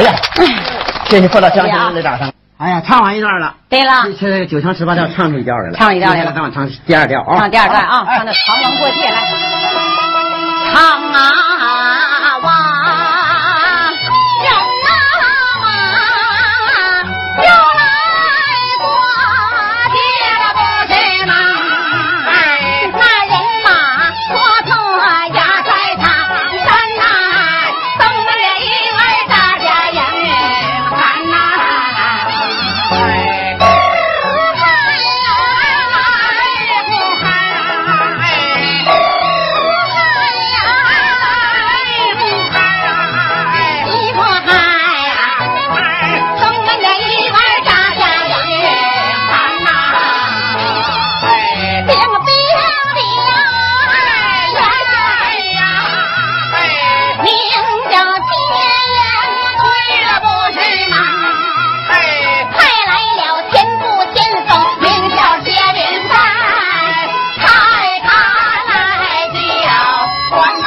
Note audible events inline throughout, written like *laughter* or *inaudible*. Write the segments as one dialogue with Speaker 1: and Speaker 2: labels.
Speaker 1: 啊
Speaker 2: 哎谢谢傅老乡亲们的掌声。哎呀，唱完一段了，
Speaker 1: 对了，
Speaker 2: 现在九腔十八调唱出一调来
Speaker 1: 啊
Speaker 2: 了，
Speaker 1: 唱一调来了
Speaker 2: 现在让我唱第二调啊，
Speaker 1: 唱第二段啊，
Speaker 2: 哎
Speaker 1: 唱的《藏王过界》来，唱啊王，人啊王，就来过界了不是吗？哎，那人马骆驼压在唐山呐，东门里儿大家也看呐。名叫天不是吗？派来了天不天送，名叫接云山，派他来叫官呐。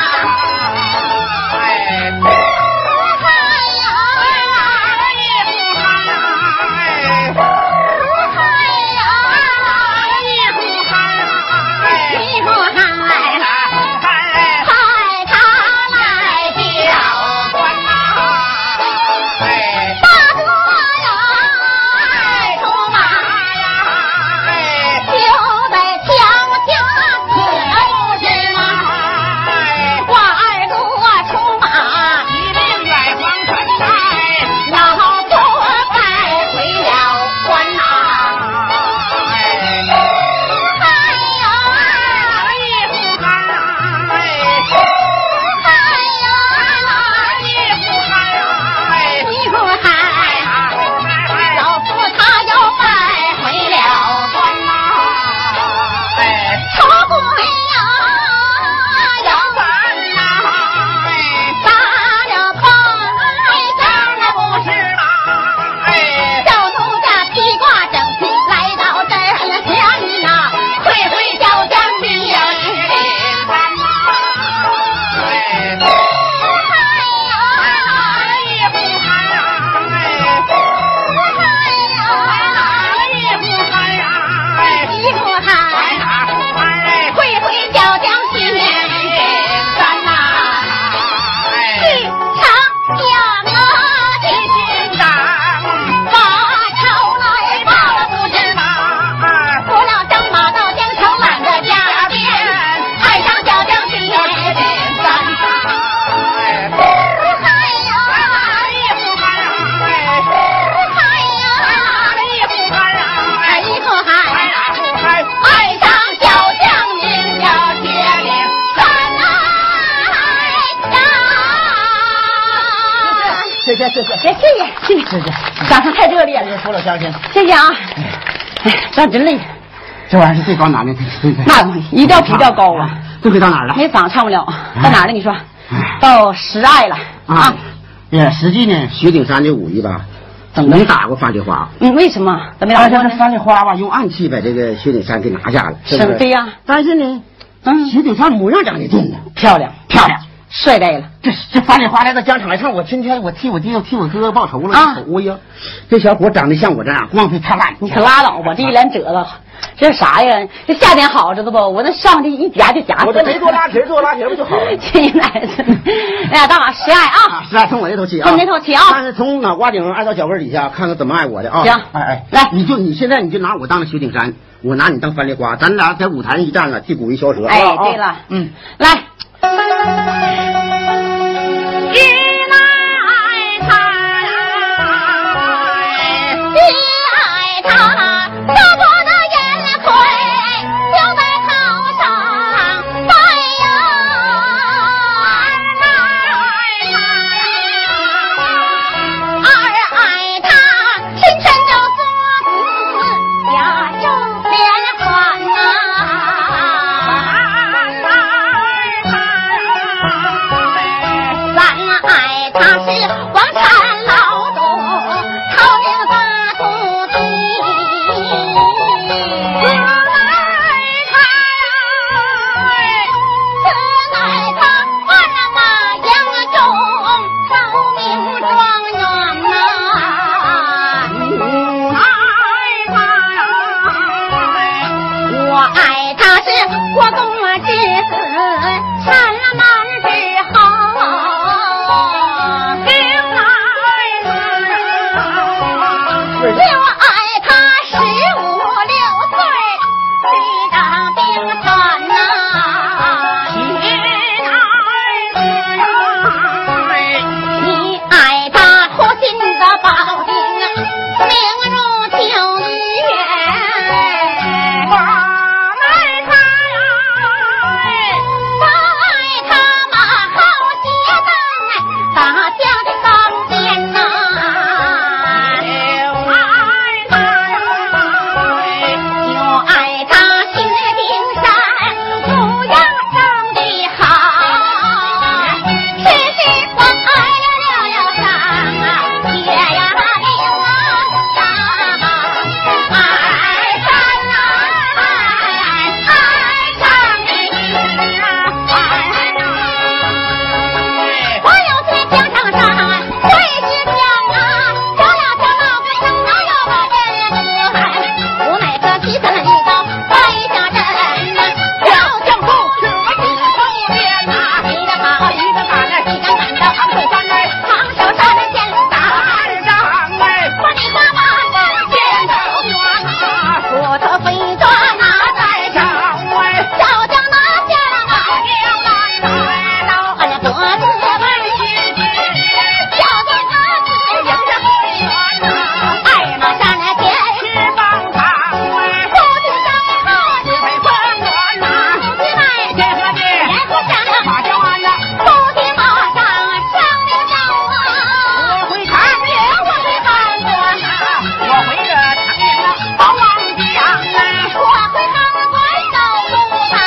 Speaker 1: 派他来叫官呐。大哥呀，出马呀，就得强加死不是吗？我二哥出马，一命远方传来，老多该回了关呐。你说嗨，老夫他要卖回了关呐，朝贵呀，要官呐，杀了他，杀了不是吗？小奴家披挂整齐来到这儿了，天呐，会会叫将兵呀，十三呐。不料张马到江城懒得家边，爱上小将军也得三不嗨呀，不嗨呀，哎一不嗨，爱上小将军叫铁岭三来呀。
Speaker 2: 谢谢谢谢
Speaker 1: 哎，谢谢谢谢，掌声太热烈
Speaker 2: 谢谢
Speaker 1: 了，
Speaker 2: 傅老乡亲，
Speaker 1: 谢谢啊！哎，咱真累，
Speaker 2: 这玩意儿是最高难的，对对
Speaker 1: 那一调比一调高啊。，
Speaker 2: 这回到哪儿了？哎
Speaker 1: 没嗓子唱不了，
Speaker 2: 嗯
Speaker 1: 到哪儿了？你说，到十爱了啊
Speaker 2: 啊？，也实际呢，徐景山这武艺吧，
Speaker 1: 怎么
Speaker 2: 没
Speaker 1: 了？
Speaker 2: 打过范丽花。
Speaker 1: 嗯，为什么？怎么
Speaker 2: 但
Speaker 1: 样？
Speaker 2: 是这范丽花吧，用暗器把这个徐景山给拿下了，是不
Speaker 1: 是
Speaker 2: 是？
Speaker 1: 对呀，
Speaker 2: 但是呢，
Speaker 1: 啊嗯，
Speaker 2: 徐景山模样长得俊呢，
Speaker 1: 漂亮
Speaker 2: 漂亮，
Speaker 1: 帅呆了。
Speaker 2: 这这范丽花来到疆场来唱，我今天我替我爹又替我哥报仇了，
Speaker 1: 啊
Speaker 2: 瞅哎呀，这小伙长得像我这样，光会看烂，
Speaker 1: 你可拉倒吧，这一脸褶子，这是啥呀？这夏天好知道不？我那上去一夹就夹
Speaker 2: 我
Speaker 1: 死
Speaker 2: 这
Speaker 1: 了。
Speaker 2: 没多拉皮儿，多拉皮儿不就好
Speaker 1: *laughs*
Speaker 2: 了？
Speaker 1: 这一奶子，哎呀，大马十爱
Speaker 2: 啊，
Speaker 1: 啊！
Speaker 2: 是啊，从我这头起啊，
Speaker 1: 从您这头起啊
Speaker 2: 但是从脑瓜顶爱到脚跟底下，看看怎么爱我的啊！
Speaker 1: 行
Speaker 2: 哎哎，
Speaker 1: 来
Speaker 2: 你就你现在你就拿我当徐景山，我拿你当番梨花，咱俩在舞台上一站了，替古一消舌。
Speaker 1: 哎，
Speaker 2: 啊啊
Speaker 1: 对了，
Speaker 2: 嗯，
Speaker 1: 来。只爱他，只爱他，多多的眼泪就在头上飞呀，二爱他，深深的作死呀，又连环呐。三爱就爱他十五六岁，一当兵团呐，你爱他脱心的宝鼎，明如九月，我爱他呀，我爱他马后斜蹬，大将的当边呐。爱他就爱他薛丁山模样长得好，吃吃穿穿溜溜溜上月呀溜啊上，爱上爱爱上你爱上。我有天江上上，会是江啊，长了条老根绳，哪有我这人海？我乃个西山一刀掰下针呐，要将功是我几头鞭呐，一个好一个赶那几杆赶到安徽山儿，长手山的剑打二丈哎，我你妈妈的剑走远啊，我的飞抓拿在手哎，小将拿下了马鞭来。刀哎呀，多姿美景，小子他只迎着回旋呐，爱马山来前是棒棒哎，不知山后是北风我呐，不知迈天河地，沿河山那马江湾呐，不知马上上了高啊，我回长宁，我回汉国呐，我回这长宁呐，保王江哎，我回汉国走路来。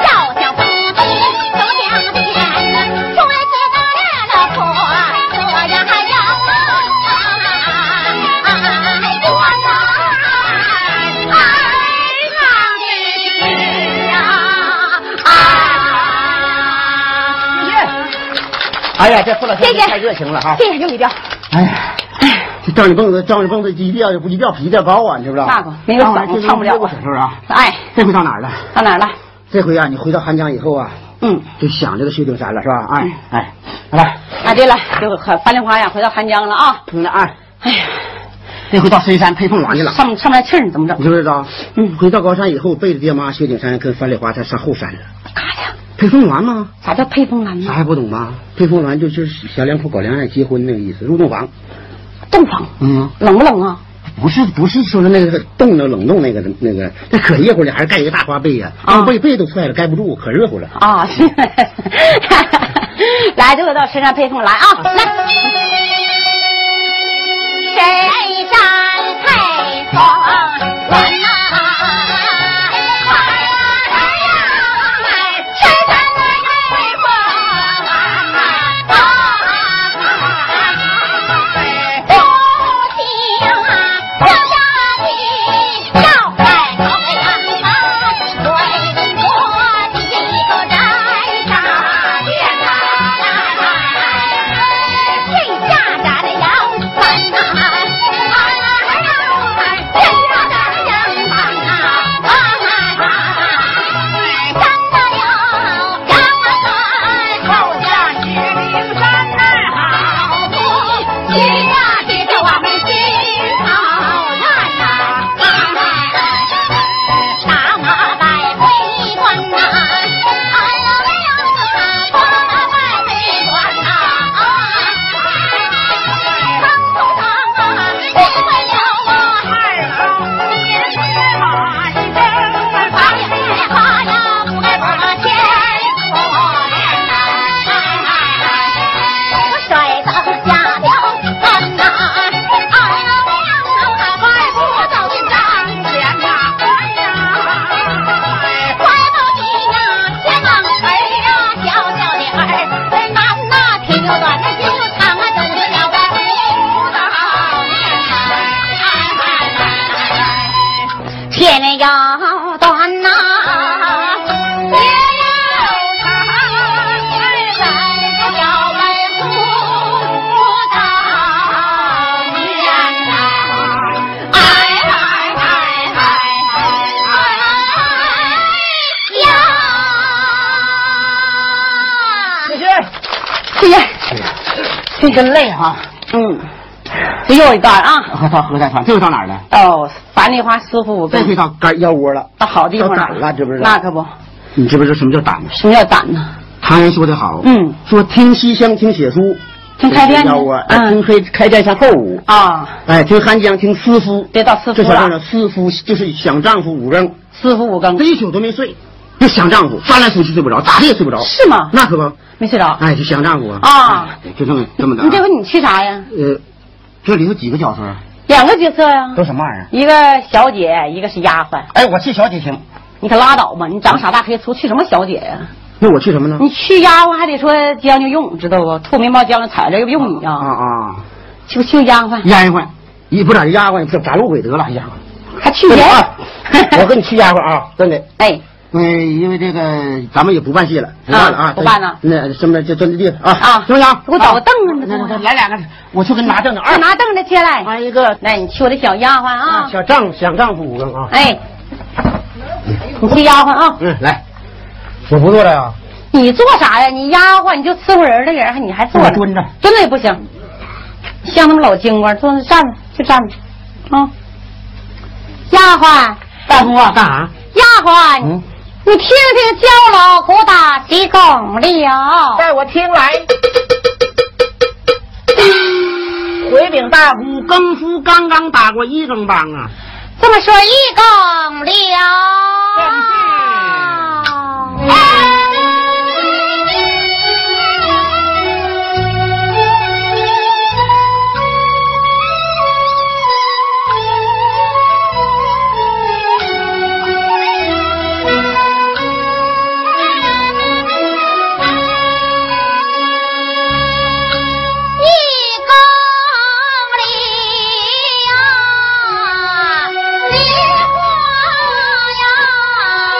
Speaker 1: 赵小凤飞走江边，从来自打练了婆这呀还要啊，爱多难，爱上你呀，
Speaker 2: 哎呀，这傅老
Speaker 1: 谢
Speaker 2: 先
Speaker 1: 谢
Speaker 2: 生太热情了哈！啊
Speaker 1: 谢谢牛米彪，
Speaker 2: 哎呀，这赵丽蹦子，赵丽蹦子一定要一定要比调高啊，你知不知道？
Speaker 1: 那个没有嗓子唱不了啊
Speaker 2: 过是不是啊？
Speaker 1: 哎，
Speaker 2: 这回到哪儿了？
Speaker 1: 到哪儿了？
Speaker 2: 这回啊，你回到汉江以后啊，
Speaker 1: 嗯，
Speaker 2: 就想这个薛丁山了，是吧？哎哎，来，
Speaker 1: 啊对了，就樊梨花呀，回到汉江了啊。
Speaker 2: 听着啊，
Speaker 1: 哎呀，
Speaker 2: 这回到深山配凤凰去了，
Speaker 1: 上上不来气儿，你怎么整
Speaker 2: 你？知不知道？
Speaker 1: 嗯
Speaker 2: 回到高山以后，背着爹妈薛丁山跟樊梨花，他上后山了，
Speaker 1: 干啥呀？
Speaker 2: 配凤凰吗？
Speaker 1: 啥叫配风兰呢
Speaker 2: 啥？也不懂吗？配凤凰就是小两口搞两眼结婚那个意思，入洞房。
Speaker 1: 洞房
Speaker 2: 嗯，
Speaker 1: 冷不冷啊？
Speaker 2: 不是不是说的那个冻的冷冻那个那个，那可热乎了，还盖一个大花被呀、哦
Speaker 1: 啊
Speaker 2: 那被被都踹了，盖不住，可热乎了。
Speaker 1: 啊， *laughs* 是，来，都给我到身上配送来啊，来。身上配送人呐，身上配送啊，不行啊，我要你要改头呀，对我的一个人呐，别来，这下咱的要烦呐，这下咱的要烦呐，伤不了杨汉后家石灵山那好不急呀，急得我们心好乱呐。打马百回关呐，哎呀哎呀啊，打马百回关呐，当头当啊，你为了啊，你是马一生啊，把你害怕呀，不该把天可怜呐。我摔到下吊杆呐，哎呀娘啊，迈步走进帐前呐，哎呀，怀抱你呀，肩膀儿啊，小小的儿，真难呐，腿又短，那筋又长啊，走得了弯舞蹈天要短呐，也要长，日子要奔赴到天呐，哎哎哎哎哎呀！
Speaker 2: 哎呀，哎
Speaker 1: 这个累哈、嗯，给我一袋啊！
Speaker 2: 喝到喝再穿，这又到哪儿了？
Speaker 1: 哦，樊梨花师傅，我
Speaker 2: 这
Speaker 1: 跟
Speaker 2: 回到肝腰窝了。
Speaker 1: 到好地方
Speaker 2: 到胆了这不是
Speaker 1: 那可不，
Speaker 2: 你知不知道什么叫胆？
Speaker 1: 什么叫胆呢？
Speaker 2: 唐人说得好，
Speaker 1: 嗯，
Speaker 2: 说听西厢听写书，
Speaker 1: 听开店呢
Speaker 2: 腰窝，哎，听
Speaker 1: 嗯
Speaker 2: 开开店像后舞，
Speaker 1: 啊，
Speaker 2: 哎，听汉江听思夫，
Speaker 1: 得到师
Speaker 2: 这
Speaker 1: 傅
Speaker 2: 小丈
Speaker 1: 了，
Speaker 2: 夫思夫就是想丈夫五更，
Speaker 1: 师傅五更
Speaker 2: 这一宿都没睡，就想丈夫，翻来覆去睡不着，咋的也睡不着，
Speaker 1: 是吗？
Speaker 2: 那可不，
Speaker 1: 没睡着。
Speaker 2: 哎，就想丈夫
Speaker 1: 啊，
Speaker 2: 哎就这么这么的啊。
Speaker 1: 你这回你去啥呀？
Speaker 2: 呃，这里头几个角色啊？
Speaker 1: 两个角色呀，
Speaker 2: 都什么玩意儿？
Speaker 1: 一个小姐，一个是丫鬟。
Speaker 2: 哎，我去小姐厅，
Speaker 1: 你可拉倒吧！你长傻大黑粗，去什么小姐呀？
Speaker 2: 那我去什么呢？
Speaker 1: 你去丫鬟还得说将就用，知道不？吐棉包将就踩着，又不用你
Speaker 2: 啊
Speaker 1: 啊！
Speaker 2: 啊，
Speaker 1: 去去丫鬟，
Speaker 2: 丫鬟，你不咋地丫鬟，不咋路鬼得了，丫鬟。
Speaker 1: 还去
Speaker 2: 真
Speaker 1: 谁
Speaker 2: 的啊？我跟你去丫鬟啊，真的。
Speaker 1: 哎，
Speaker 2: 嗯，因为这个咱们也不办戏了，不办了啊，
Speaker 1: 啊不办了
Speaker 2: 那什么这真的地啊
Speaker 1: 啊
Speaker 2: 行不行？
Speaker 1: 给我找个凳子
Speaker 2: 啊那那那来两个，我去给你拿凳子
Speaker 1: 快
Speaker 2: 啊。
Speaker 1: 拿凳子去来。
Speaker 2: 拿一个
Speaker 1: 来，你去我的小丫鬟啊！
Speaker 2: 小丈夫想丈夫五个啊。
Speaker 1: 哎，你去丫鬟啊！
Speaker 2: 嗯，来，我不坐了啊呀，
Speaker 1: 你做啥呀？你丫鬟你就伺候人的人，还你还坐着？
Speaker 2: 我蹲着
Speaker 1: 蹲着也不行，像他们老京官，坐着站着就站着啊！丫鬟，
Speaker 2: 大夫啊，干啥？
Speaker 1: 丫鬟，
Speaker 2: 嗯，
Speaker 1: 你听听焦老胡打几公里哦？
Speaker 2: 哎
Speaker 3: 待我听来，回禀大夫，
Speaker 2: 五更夫刚刚打过一更梆啊，
Speaker 1: 这么说一公里
Speaker 3: 正
Speaker 1: 哦？一公里呀，梨花呀，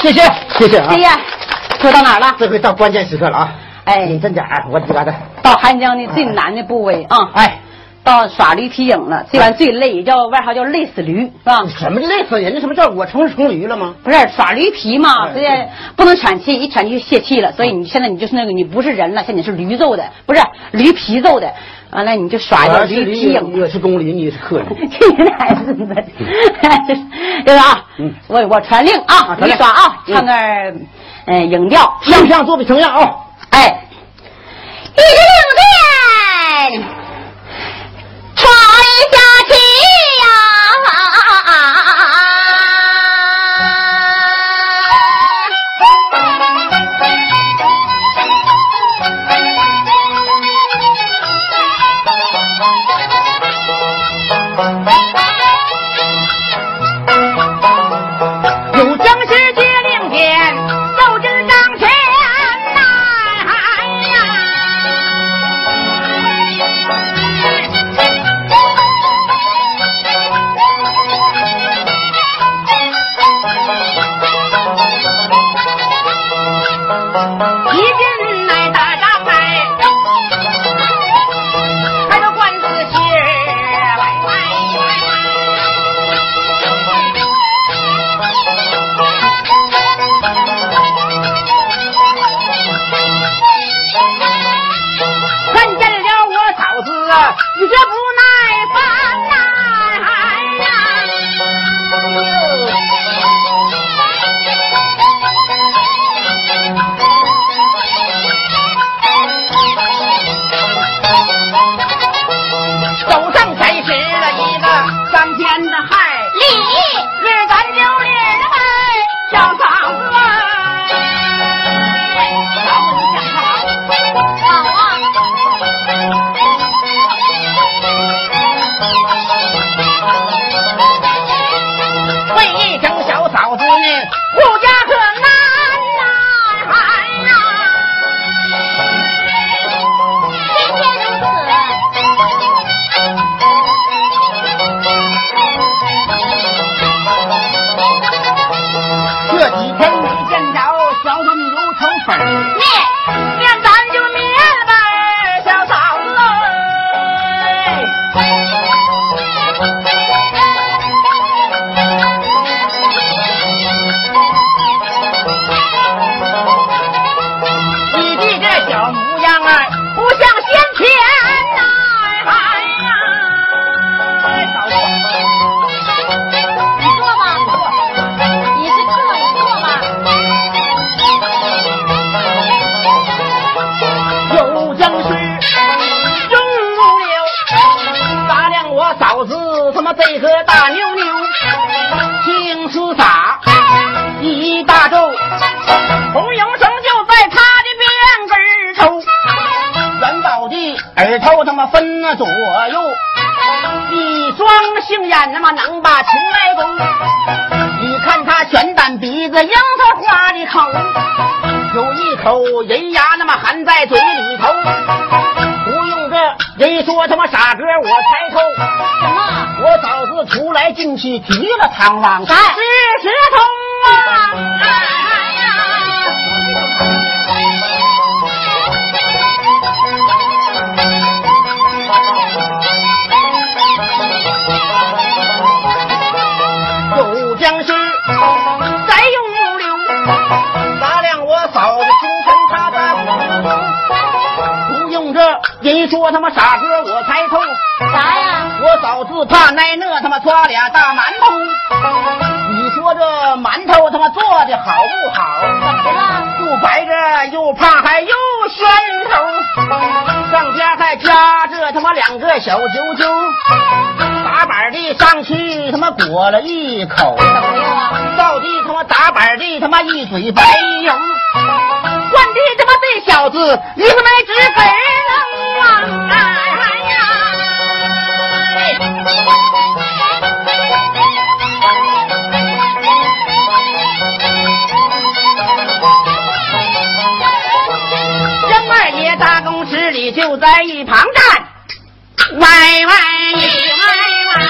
Speaker 2: 谢谢谢谢啊！
Speaker 3: 哎呀，说到哪儿了？
Speaker 2: 这回到关键时刻了啊！
Speaker 3: 哎
Speaker 2: 你真点儿，我这嘎达。
Speaker 3: 到汉江的最难的部位啊，
Speaker 2: 哎，
Speaker 3: 到耍驴皮影了，这玩意儿最累，叫外号叫累死驴是吧？
Speaker 2: 什么累死人家？什么叫我成是成驴了吗？
Speaker 3: 不是耍驴皮嘛，
Speaker 2: 哎嗯
Speaker 3: 这不能喘气，一喘气就泄气了。所以你现在你就是那个，你不是人了，现在你是驴揍的，不是驴皮揍的。完了你就耍一
Speaker 2: 我
Speaker 3: 个
Speaker 2: 是
Speaker 3: 驴
Speaker 2: 驴
Speaker 3: 皮 *laughs* 影，
Speaker 2: 我是公驴，你是客驴。
Speaker 3: 这你哪是你 *laughs* 的？这个啊
Speaker 2: 嗯，
Speaker 3: 我我传令啊
Speaker 2: 啊，传
Speaker 3: 你
Speaker 2: 令
Speaker 3: 耍啊，
Speaker 2: 嗯
Speaker 3: 唱个呃影调，
Speaker 2: 像不像做不成样啊、
Speaker 3: 哎，一支令箭，闯一下旗呀、有正是接令箭，奏之当前呐、哎一进来大大牌，还有官子戏儿看见了我嫂子，你这不耐烦呐、
Speaker 1: 走上前使了一个三天的害，
Speaker 3: 你
Speaker 1: 是咱就脸儿哎，小嫂子啊，
Speaker 3: 好啊，
Speaker 1: 问一声小嫂子呢，顾家可难呐、哎呀，
Speaker 3: 天天如此。
Speaker 1: 这几天没见着小子牛头粉儿。
Speaker 3: 面面咱就面呗，小嫂子哎。
Speaker 1: 你的这小模样啊，不像先前呐、哎呀，嫂子，
Speaker 3: 你坐吧，你是客，你坐吧。
Speaker 1: 有僵尸中路了，打量我嫂子他妈这个大妞妞，青丝撒一大皱，红绫绳就在她的辫根儿抽，元宝的耳头他妈分了左右。一双杏眼他妈能把情来勾，你看他卷板鼻子，樱桃花的口，有一口人牙那么含在嘴里头。不用这人说他妈傻哥，我猜透，
Speaker 3: 什么？
Speaker 1: 我嫂子出来进去提了螳螂，
Speaker 3: 啥？
Speaker 1: 是石头啊！有僵尸，再用溜，打量我嫂子精神他的不用这人说他妈傻哥，我猜透。
Speaker 3: 啥呀？
Speaker 1: 我嫂子怕挨那他妈抓俩大馒头，你说这馒头他妈做的好不好？又白着又胖还又暄头，上家还夹着他妈两个小啾啾，打板的上去他妈裹了一口，到地他妈打板的他妈一嘴白油，换的他妈这小子一个没直根儿啊！哎呀！张二爷大公十里就在一旁站，歪歪你歪歪。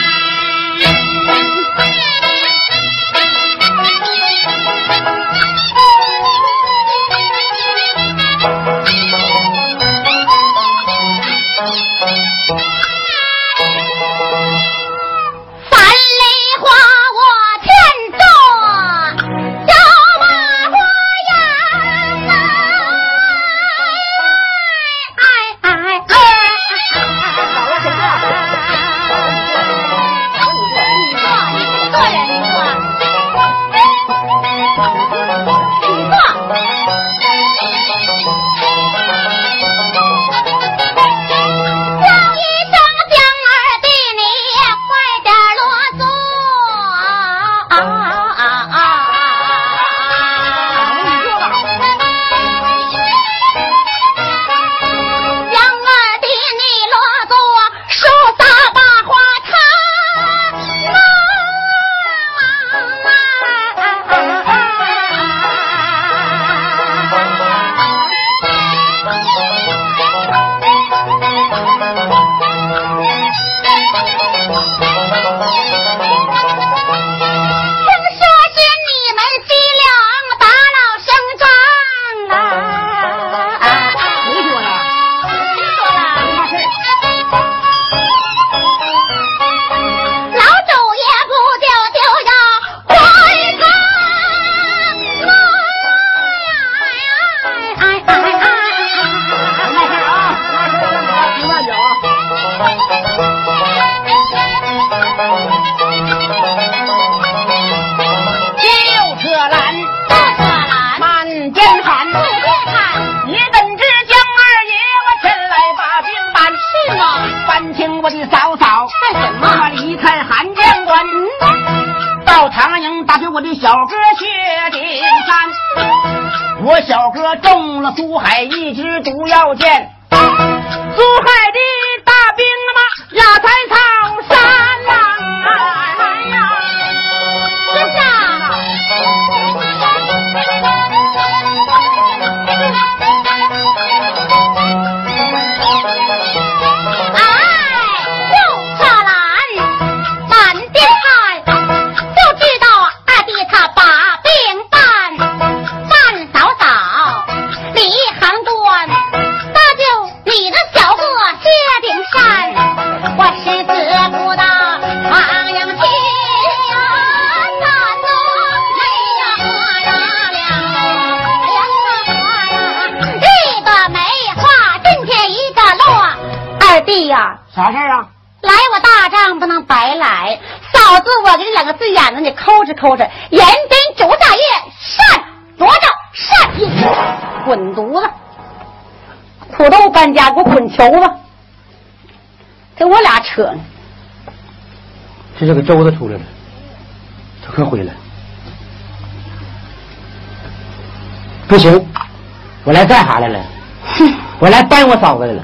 Speaker 3: 小哥薛丁山，我小哥中了苏海一支毒药箭，苏海的大兵嘛压在草山呐、哎呀，
Speaker 1: 这下哎，用错懒，满边看，就知道二弟他把病办，办嫂嫂离行端，那就你的小哥薛丁山，我实死不到王阳平呀，咱都没呀花呀了，哎呀花呀，一个没花，今天一个落，二弟呀、
Speaker 3: 啥事儿啊？
Speaker 1: 来我大帐不能白来，嫂子，我给你两个字眼子，你抠哧抠哧，人丁主大业，善罗着善意，滚犊子，土豆搬家给我滚球子，给我俩扯呢。
Speaker 2: 这这个周子出来了，他快回来。不行，我来干啥来了？我来帮我嫂子来了。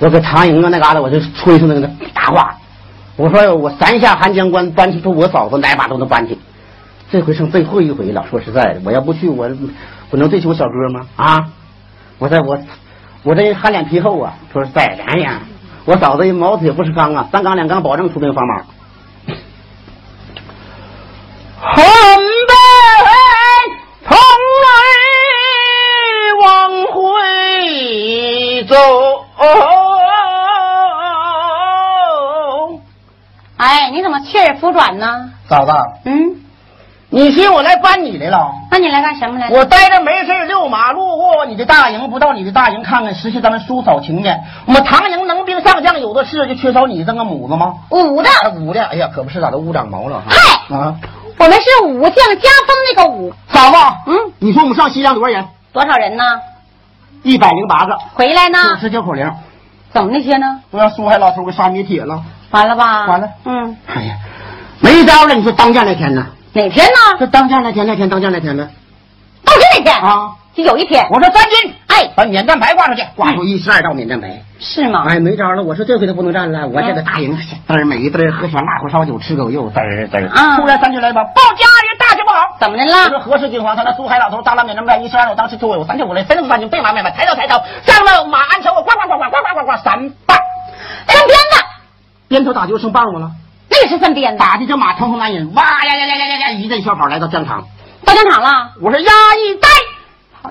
Speaker 2: 我搁长营啊那嘎达，我就吹出那个大话，我说我三下寒江关搬去出我嫂子，哪把都能搬去。这回剩最后一回了。说实在的，我要不去，我我能对得起我小哥吗？啊！我在我我这人憨脸皮厚啊。说实在的，哎呀，我嫂子毛铁不是钢啊，三钢两钢保证出兵发毛。
Speaker 3: 红灯从来往回走。
Speaker 1: 哎，你怎么去而复转呢？
Speaker 3: 嫂子，
Speaker 1: 嗯，
Speaker 3: 你寻我来搬你来了？
Speaker 1: 那你来干什么来？
Speaker 3: 我待着没事儿遛马路过你的大营，不到你的大营看看，实现咱们叔嫂情面。我们唐营能兵上将有的是，就缺少你这个母子吗？
Speaker 1: 武的，
Speaker 3: 哎五的，哎呀，可不是，咋都乌长毛了哈？
Speaker 1: 嗨
Speaker 3: 啊，
Speaker 1: 我们是武将加封那个武。
Speaker 3: 嫂子，
Speaker 1: 嗯，
Speaker 3: 你说我们上西凉多少人？
Speaker 1: 多少人呢？
Speaker 3: 一百零八个，
Speaker 1: 回来呢？
Speaker 3: 九十九口零，
Speaker 1: 怎么那些呢？
Speaker 3: 都让苏海老头给杀灭铁了。
Speaker 1: 完了吧？
Speaker 3: 完了。
Speaker 1: 嗯，
Speaker 2: 哎呀，没招了！你说当将那天呢？
Speaker 1: 哪天呢？
Speaker 2: 这当将那天，那天当将那天呢？
Speaker 1: 到底哪天？
Speaker 2: 啊！
Speaker 1: 就有一天。
Speaker 3: 我说三军，
Speaker 1: 哎，
Speaker 3: 把免战牌挂上去，
Speaker 2: 挂出一十二道免战牌。
Speaker 1: 是
Speaker 3: 啊
Speaker 1: 吗？
Speaker 2: 哎，没招了，我说这回他不能站了，我这个大营嘚儿美嘚儿喝全辣火烧酒吃狗肉嘚儿嘚儿。
Speaker 1: 啊
Speaker 3: 突，然三军来吧，报家人大事不好。
Speaker 1: 怎么的
Speaker 3: 我说
Speaker 1: 了？
Speaker 3: 何氏金花，他那苏海老头大拉免战牌一十二，我当时就有三九五雷，三六三军备马买马，抬刀抬刀，上了马鞍桥，我呱呱呱呱呱呱呱呱三棒，
Speaker 1: 三鞭子，
Speaker 2: 边头打就剩棒子了，
Speaker 1: 那个是三鞭子。
Speaker 2: 打的这马腾空难忍，哇呀呀呀呀呀呀，一阵小跑来到战场。
Speaker 1: 到战场了，
Speaker 2: 我说呀一呆，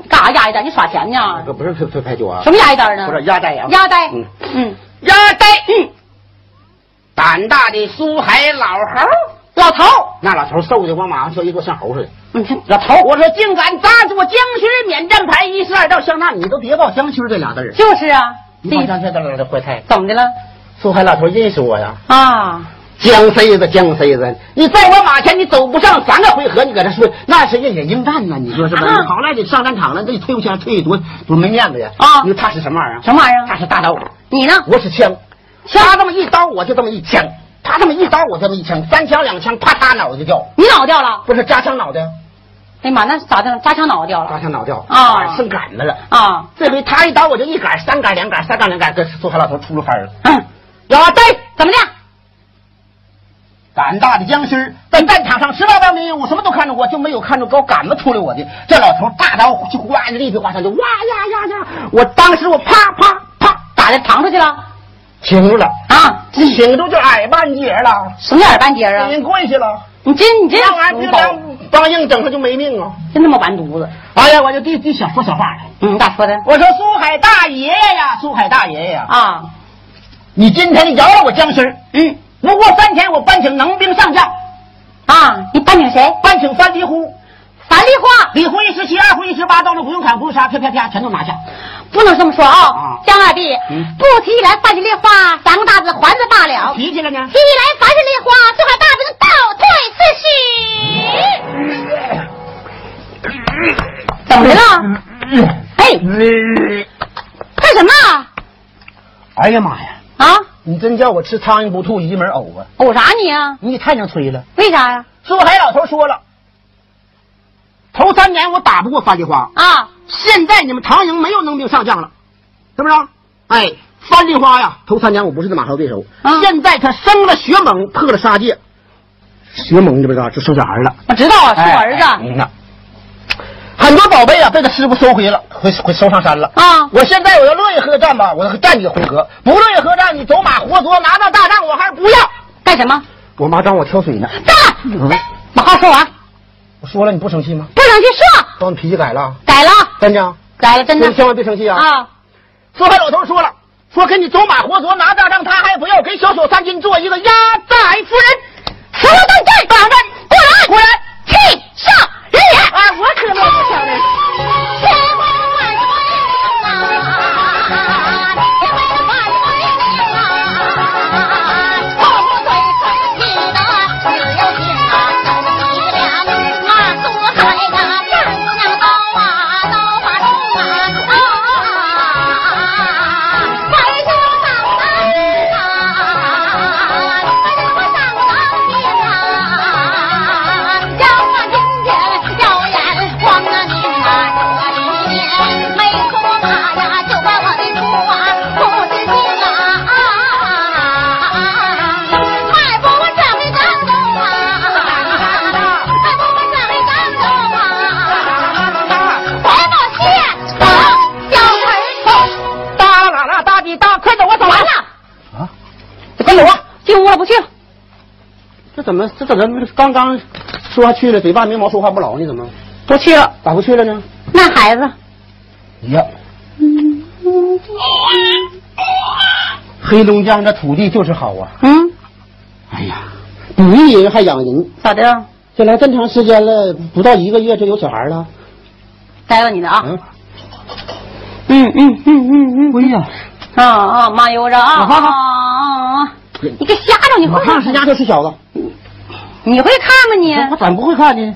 Speaker 1: 你干啥压一单？你耍钱
Speaker 3: 哎
Speaker 1: 呢？
Speaker 2: 不是这排酒啊
Speaker 1: 什么压一单呢？
Speaker 2: 不是压寨啊
Speaker 1: 压呆。
Speaker 2: 嗯
Speaker 1: 嗯，
Speaker 3: 呀呆，嗯，胆大的苏海老猴，
Speaker 1: 老头，嗯
Speaker 2: 那老头瘦的光马上就一坐像猴似的。
Speaker 1: 你看
Speaker 3: 老头，我说竟敢砸我江区免战牌一十二道香那你
Speaker 2: 你都别报乡区这俩字儿，
Speaker 1: 就是啊，
Speaker 2: 你报乡区这俩字儿坏菜。
Speaker 1: 怎么的了？
Speaker 2: 苏海老头认识我呀，
Speaker 1: 啊，
Speaker 2: 江 C 子，江 C 子，你在我马前你走不上三个回合，你搁这说那是人也应战呐，你说是吧？
Speaker 1: 啊
Speaker 2: 你好赖得上战场了，那你退不下来，退多多没面子呀！
Speaker 1: 啊
Speaker 2: 你说他使什么玩意儿？
Speaker 1: 什么玩意
Speaker 2: 他
Speaker 1: 儿？
Speaker 2: 是大刀，
Speaker 1: 你呢？
Speaker 2: 我使枪，他这么一刀我就这么一枪，他这么一刀我这么一枪，三枪两枪啪嚓脑袋就掉，
Speaker 1: 你脑掉了？
Speaker 2: 不是扎伤脑袋，
Speaker 1: 哎呀妈，那咋的？扎枪脑掉
Speaker 2: 扎
Speaker 1: 了
Speaker 2: 伤脑掉
Speaker 1: 啊
Speaker 2: 剩杆子了。
Speaker 1: 啊？
Speaker 2: 这回他一刀我就一杆，三杆两杆，三杆两杆，跟苏海老头出了翻儿了。
Speaker 1: 嗯，
Speaker 2: 呀，对。
Speaker 1: 怎么的？
Speaker 2: 胆大的僵尸在战场上十八般兵，我什么都看着过，就没有看着高杆子出来我的。这老头大刀就哗一立体划上去，哇呀呀呀！我当时我啪啪啪
Speaker 1: 咋的？搪出去了？
Speaker 2: 停住了，
Speaker 1: 啊？
Speaker 2: 挺住就矮半截了，
Speaker 1: 什么眼儿半截儿啊？
Speaker 2: 人跪下了，
Speaker 1: 你真你真
Speaker 2: 当然就
Speaker 1: 包，
Speaker 2: 当当硬整上就没命
Speaker 3: 哦
Speaker 2: 啊！
Speaker 1: 真他妈完犊子！
Speaker 2: 哎呀，我就地地想说小话了，
Speaker 1: 嗯，咋说的？
Speaker 3: 我说苏海大爷爷呀，苏海大爷爷呀，
Speaker 1: 啊，
Speaker 2: 你今天饶了我僵尸，
Speaker 1: 嗯，
Speaker 3: 不过三天我搬请能兵上将，
Speaker 1: 啊，你搬请谁？
Speaker 3: 搬请三敌呼，
Speaker 1: 樊梨花，
Speaker 3: 李逵一十七，二胡一十八，刀子不用砍，不用杀，啪啪啪，全都拿下。
Speaker 1: 不能这么说啊
Speaker 2: 啊！
Speaker 1: 江二弟，
Speaker 2: 嗯
Speaker 1: 不提起来樊起梨花三个大字还子罢了，提
Speaker 3: 提起来呢
Speaker 1: 起，来樊起梨花，这块大兵倒退四十。
Speaker 2: 嗯
Speaker 1: 怎么的
Speaker 2: 嗯
Speaker 1: 了？哎，干什么
Speaker 2: 哎呀妈呀！
Speaker 1: 啊？
Speaker 2: 你真叫我吃苍蝇不吐一门呕啊！
Speaker 1: 呕啥你啊？
Speaker 2: 你也太能吹了。
Speaker 1: 为啥呀？
Speaker 3: 苏海老头说了，头三年我打不过番梨花，
Speaker 1: 啊，
Speaker 3: 现在你们唐营没有能兵上将了，是不是？哎，番梨花呀，头三年我不是他马超对手，
Speaker 1: 啊
Speaker 3: 现在他生了血猛，破了杀戒。血猛你知不知道？就生小孩了，
Speaker 1: 我知道啊，是我儿子。
Speaker 3: 哎嗯呐，很多宝贝啊被他师傅收回了，回回收上山了。
Speaker 1: 啊
Speaker 3: 我现在我要乐意和战吧，我战你个回合；不乐意和战，你走马活捉，拿到大帐我还是不要。
Speaker 1: 干什么？
Speaker 3: 我妈让我挑水呢，
Speaker 1: 站！
Speaker 3: 嗯
Speaker 1: 把话说完，
Speaker 3: 我说了你不生气吗？
Speaker 1: 不想去说，
Speaker 3: 把你脾气改了，
Speaker 1: 啊改了，
Speaker 3: 真的啊，
Speaker 1: 改了，真的
Speaker 3: 你千万别生气啊！
Speaker 1: 啊！
Speaker 3: 说话老头说了，说跟你走马活捉拿大帐，他还不要，给小手三金做一个压寨夫人。
Speaker 1: 石头断罪，绑着不然不然，气上人脸。
Speaker 3: 啊，我可没不晓得。
Speaker 1: 要我金姐耀眼光啊，你那这一年没出马呀，就把我的猪啊不知情啊，卖不完这枚钢豆啊，卖不完这枚钢豆啊，怀抱谢我小儿子，
Speaker 3: 哒啦啦哒滴哒，快走啊走
Speaker 1: 完
Speaker 3: 啊！
Speaker 1: 了，
Speaker 3: 就跟着我。
Speaker 1: 进屋了不去了，
Speaker 2: 这怎么这怎么刚刚说去了，嘴巴没毛，说话不牢呢？怎么
Speaker 1: 不去了，
Speaker 2: 咋不去了呢？
Speaker 1: 那孩子，
Speaker 2: 你呀，黑龙江这土地就是好啊！
Speaker 1: 嗯，
Speaker 2: 哎呀，不育人还养人，
Speaker 1: 咋的？
Speaker 2: 这来这么长时间了，不到一个月就有小孩了。
Speaker 1: 待着你呢啊。
Speaker 2: 嗯，
Speaker 1: 嗯嗯嗯嗯嗯
Speaker 2: 哎呀，
Speaker 1: 啊啊，妈悠着啊！
Speaker 2: 啊好好
Speaker 1: 啊啊！
Speaker 3: 嗯
Speaker 1: 你个瞎着，你
Speaker 2: 我
Speaker 1: 会
Speaker 2: 看谁家就吃小子，
Speaker 1: 你会看吗你？
Speaker 2: 我怎么不会看呢？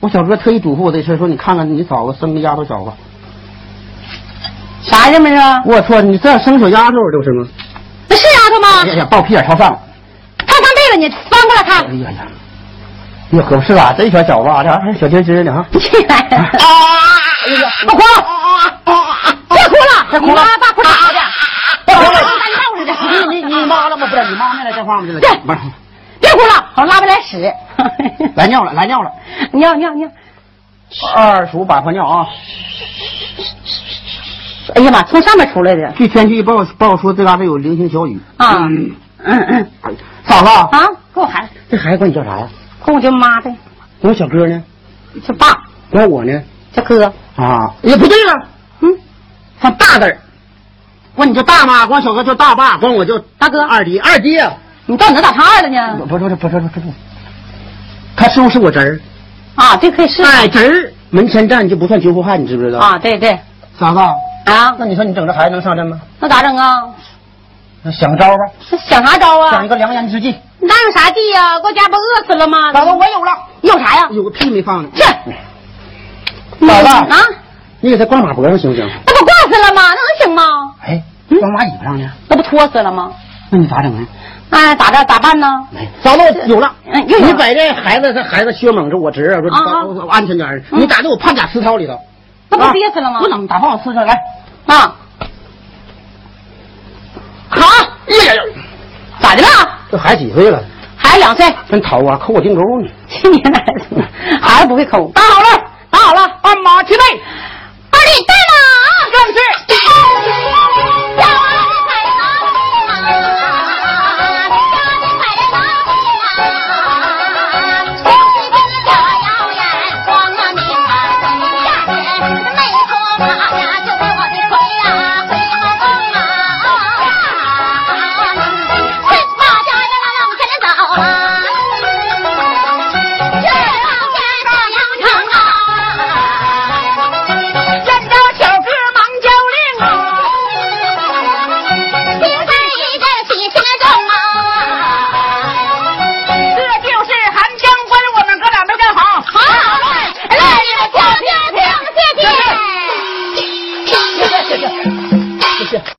Speaker 2: 我小哥特意嘱咐我这事儿，说你看看你嫂子生个丫头小子。
Speaker 1: 啥人没是？
Speaker 3: 啊
Speaker 2: 我操，你这生小丫头就是吗？
Speaker 1: 那是丫头
Speaker 3: 嗯
Speaker 2: 哎
Speaker 1: 吗？
Speaker 2: 呀，抱屁眼朝上。
Speaker 1: 看翻被子，你翻过来
Speaker 2: 哎
Speaker 1: *laughs* 看。
Speaker 2: 呀呀，哟可不是啊，真小小子啊，这还是小鸡鸡呢啊！
Speaker 1: 进来，
Speaker 3: 啊！哎呀，
Speaker 1: 不哭了，
Speaker 3: 啊啊啊！
Speaker 1: 别哭了，啊你妈爸哭啥
Speaker 2: 啊
Speaker 1: 去？别哭了，你大闹
Speaker 2: 你
Speaker 1: 似
Speaker 2: 你
Speaker 1: 的。
Speaker 2: 你妈了吗？不是，你妈没来这话吗？这
Speaker 1: 对
Speaker 2: 不是，
Speaker 1: 别哭了，好拉不来屎。
Speaker 2: 来尿了，来尿了。
Speaker 1: *laughs* 尿尿尿！
Speaker 2: 二叔把泡尿啊！
Speaker 1: 哎呀妈，从上面出来的
Speaker 2: 据天气预报报说这嘎达有零星小雨。
Speaker 1: 啊！嗯嗯
Speaker 2: 嫂子，
Speaker 1: 啊，给我孩子，
Speaker 2: 这孩子管你叫啥呀？
Speaker 1: 管我叫妈呗，
Speaker 2: 管我小哥呢？
Speaker 1: 叫爸，
Speaker 2: 管我呢？
Speaker 1: 叫哥。
Speaker 2: 啊，也不对了，
Speaker 1: 嗯，
Speaker 2: 放大字儿。管你叫大妈，管小哥叫大爸，管我叫
Speaker 1: 大哥，
Speaker 2: 二爹，二啊爹。
Speaker 1: 你到你那咋唱二了
Speaker 2: 不
Speaker 1: 呢？
Speaker 2: 不是不是不是不是，他师傅是我侄儿，
Speaker 1: 啊，这可以试
Speaker 2: 哎侄儿门前站就不算绝户汉，你知不知道？，
Speaker 1: 啊，对对
Speaker 2: 嫂子，
Speaker 1: 啊，
Speaker 2: 那你说你整这孩子能上阵吗？
Speaker 1: 那咋整啊？
Speaker 2: 那想招吧，
Speaker 1: 那想啥招啊
Speaker 2: 想一？个良言之计。
Speaker 1: 那有啥计呀、搁家不饿死了吗？
Speaker 2: 嫂子，我有了，
Speaker 1: 你有啥呀？
Speaker 2: 有个屁没放呢。
Speaker 1: 去，
Speaker 2: 嫂子
Speaker 1: 啊，
Speaker 2: 你给他挂马脖上行不行？
Speaker 1: 那不挂死了吗？那能行吗？
Speaker 2: 哎，
Speaker 1: 嗯
Speaker 2: 挂马尾巴上呢？
Speaker 1: 那不拖死了吗？
Speaker 2: 那你咋整啊？
Speaker 1: 哎，咋着咋办呢？
Speaker 2: 哎，嫂子，我有了。
Speaker 1: 嗯，又有
Speaker 2: 你把这孩子，这孩子薛猛是我侄儿，说
Speaker 1: 啊啊
Speaker 2: 我我安全点儿，
Speaker 1: 嗯
Speaker 2: 你打到我胖甲石涛里头，
Speaker 1: 那不憋死了吗
Speaker 2: 啊不？能打放我吃上来。
Speaker 1: 啊，好，
Speaker 2: 哎呀呀，
Speaker 1: 咋的了？
Speaker 2: 这孩子几岁了？
Speaker 1: 孩子两岁，
Speaker 2: 真淘啊，抠我腚沟呢。
Speaker 1: 去你奶奶！孩子不会抠。打好了，打好了，
Speaker 3: 鞍马齐备，
Speaker 1: 啊二弟带马，干事。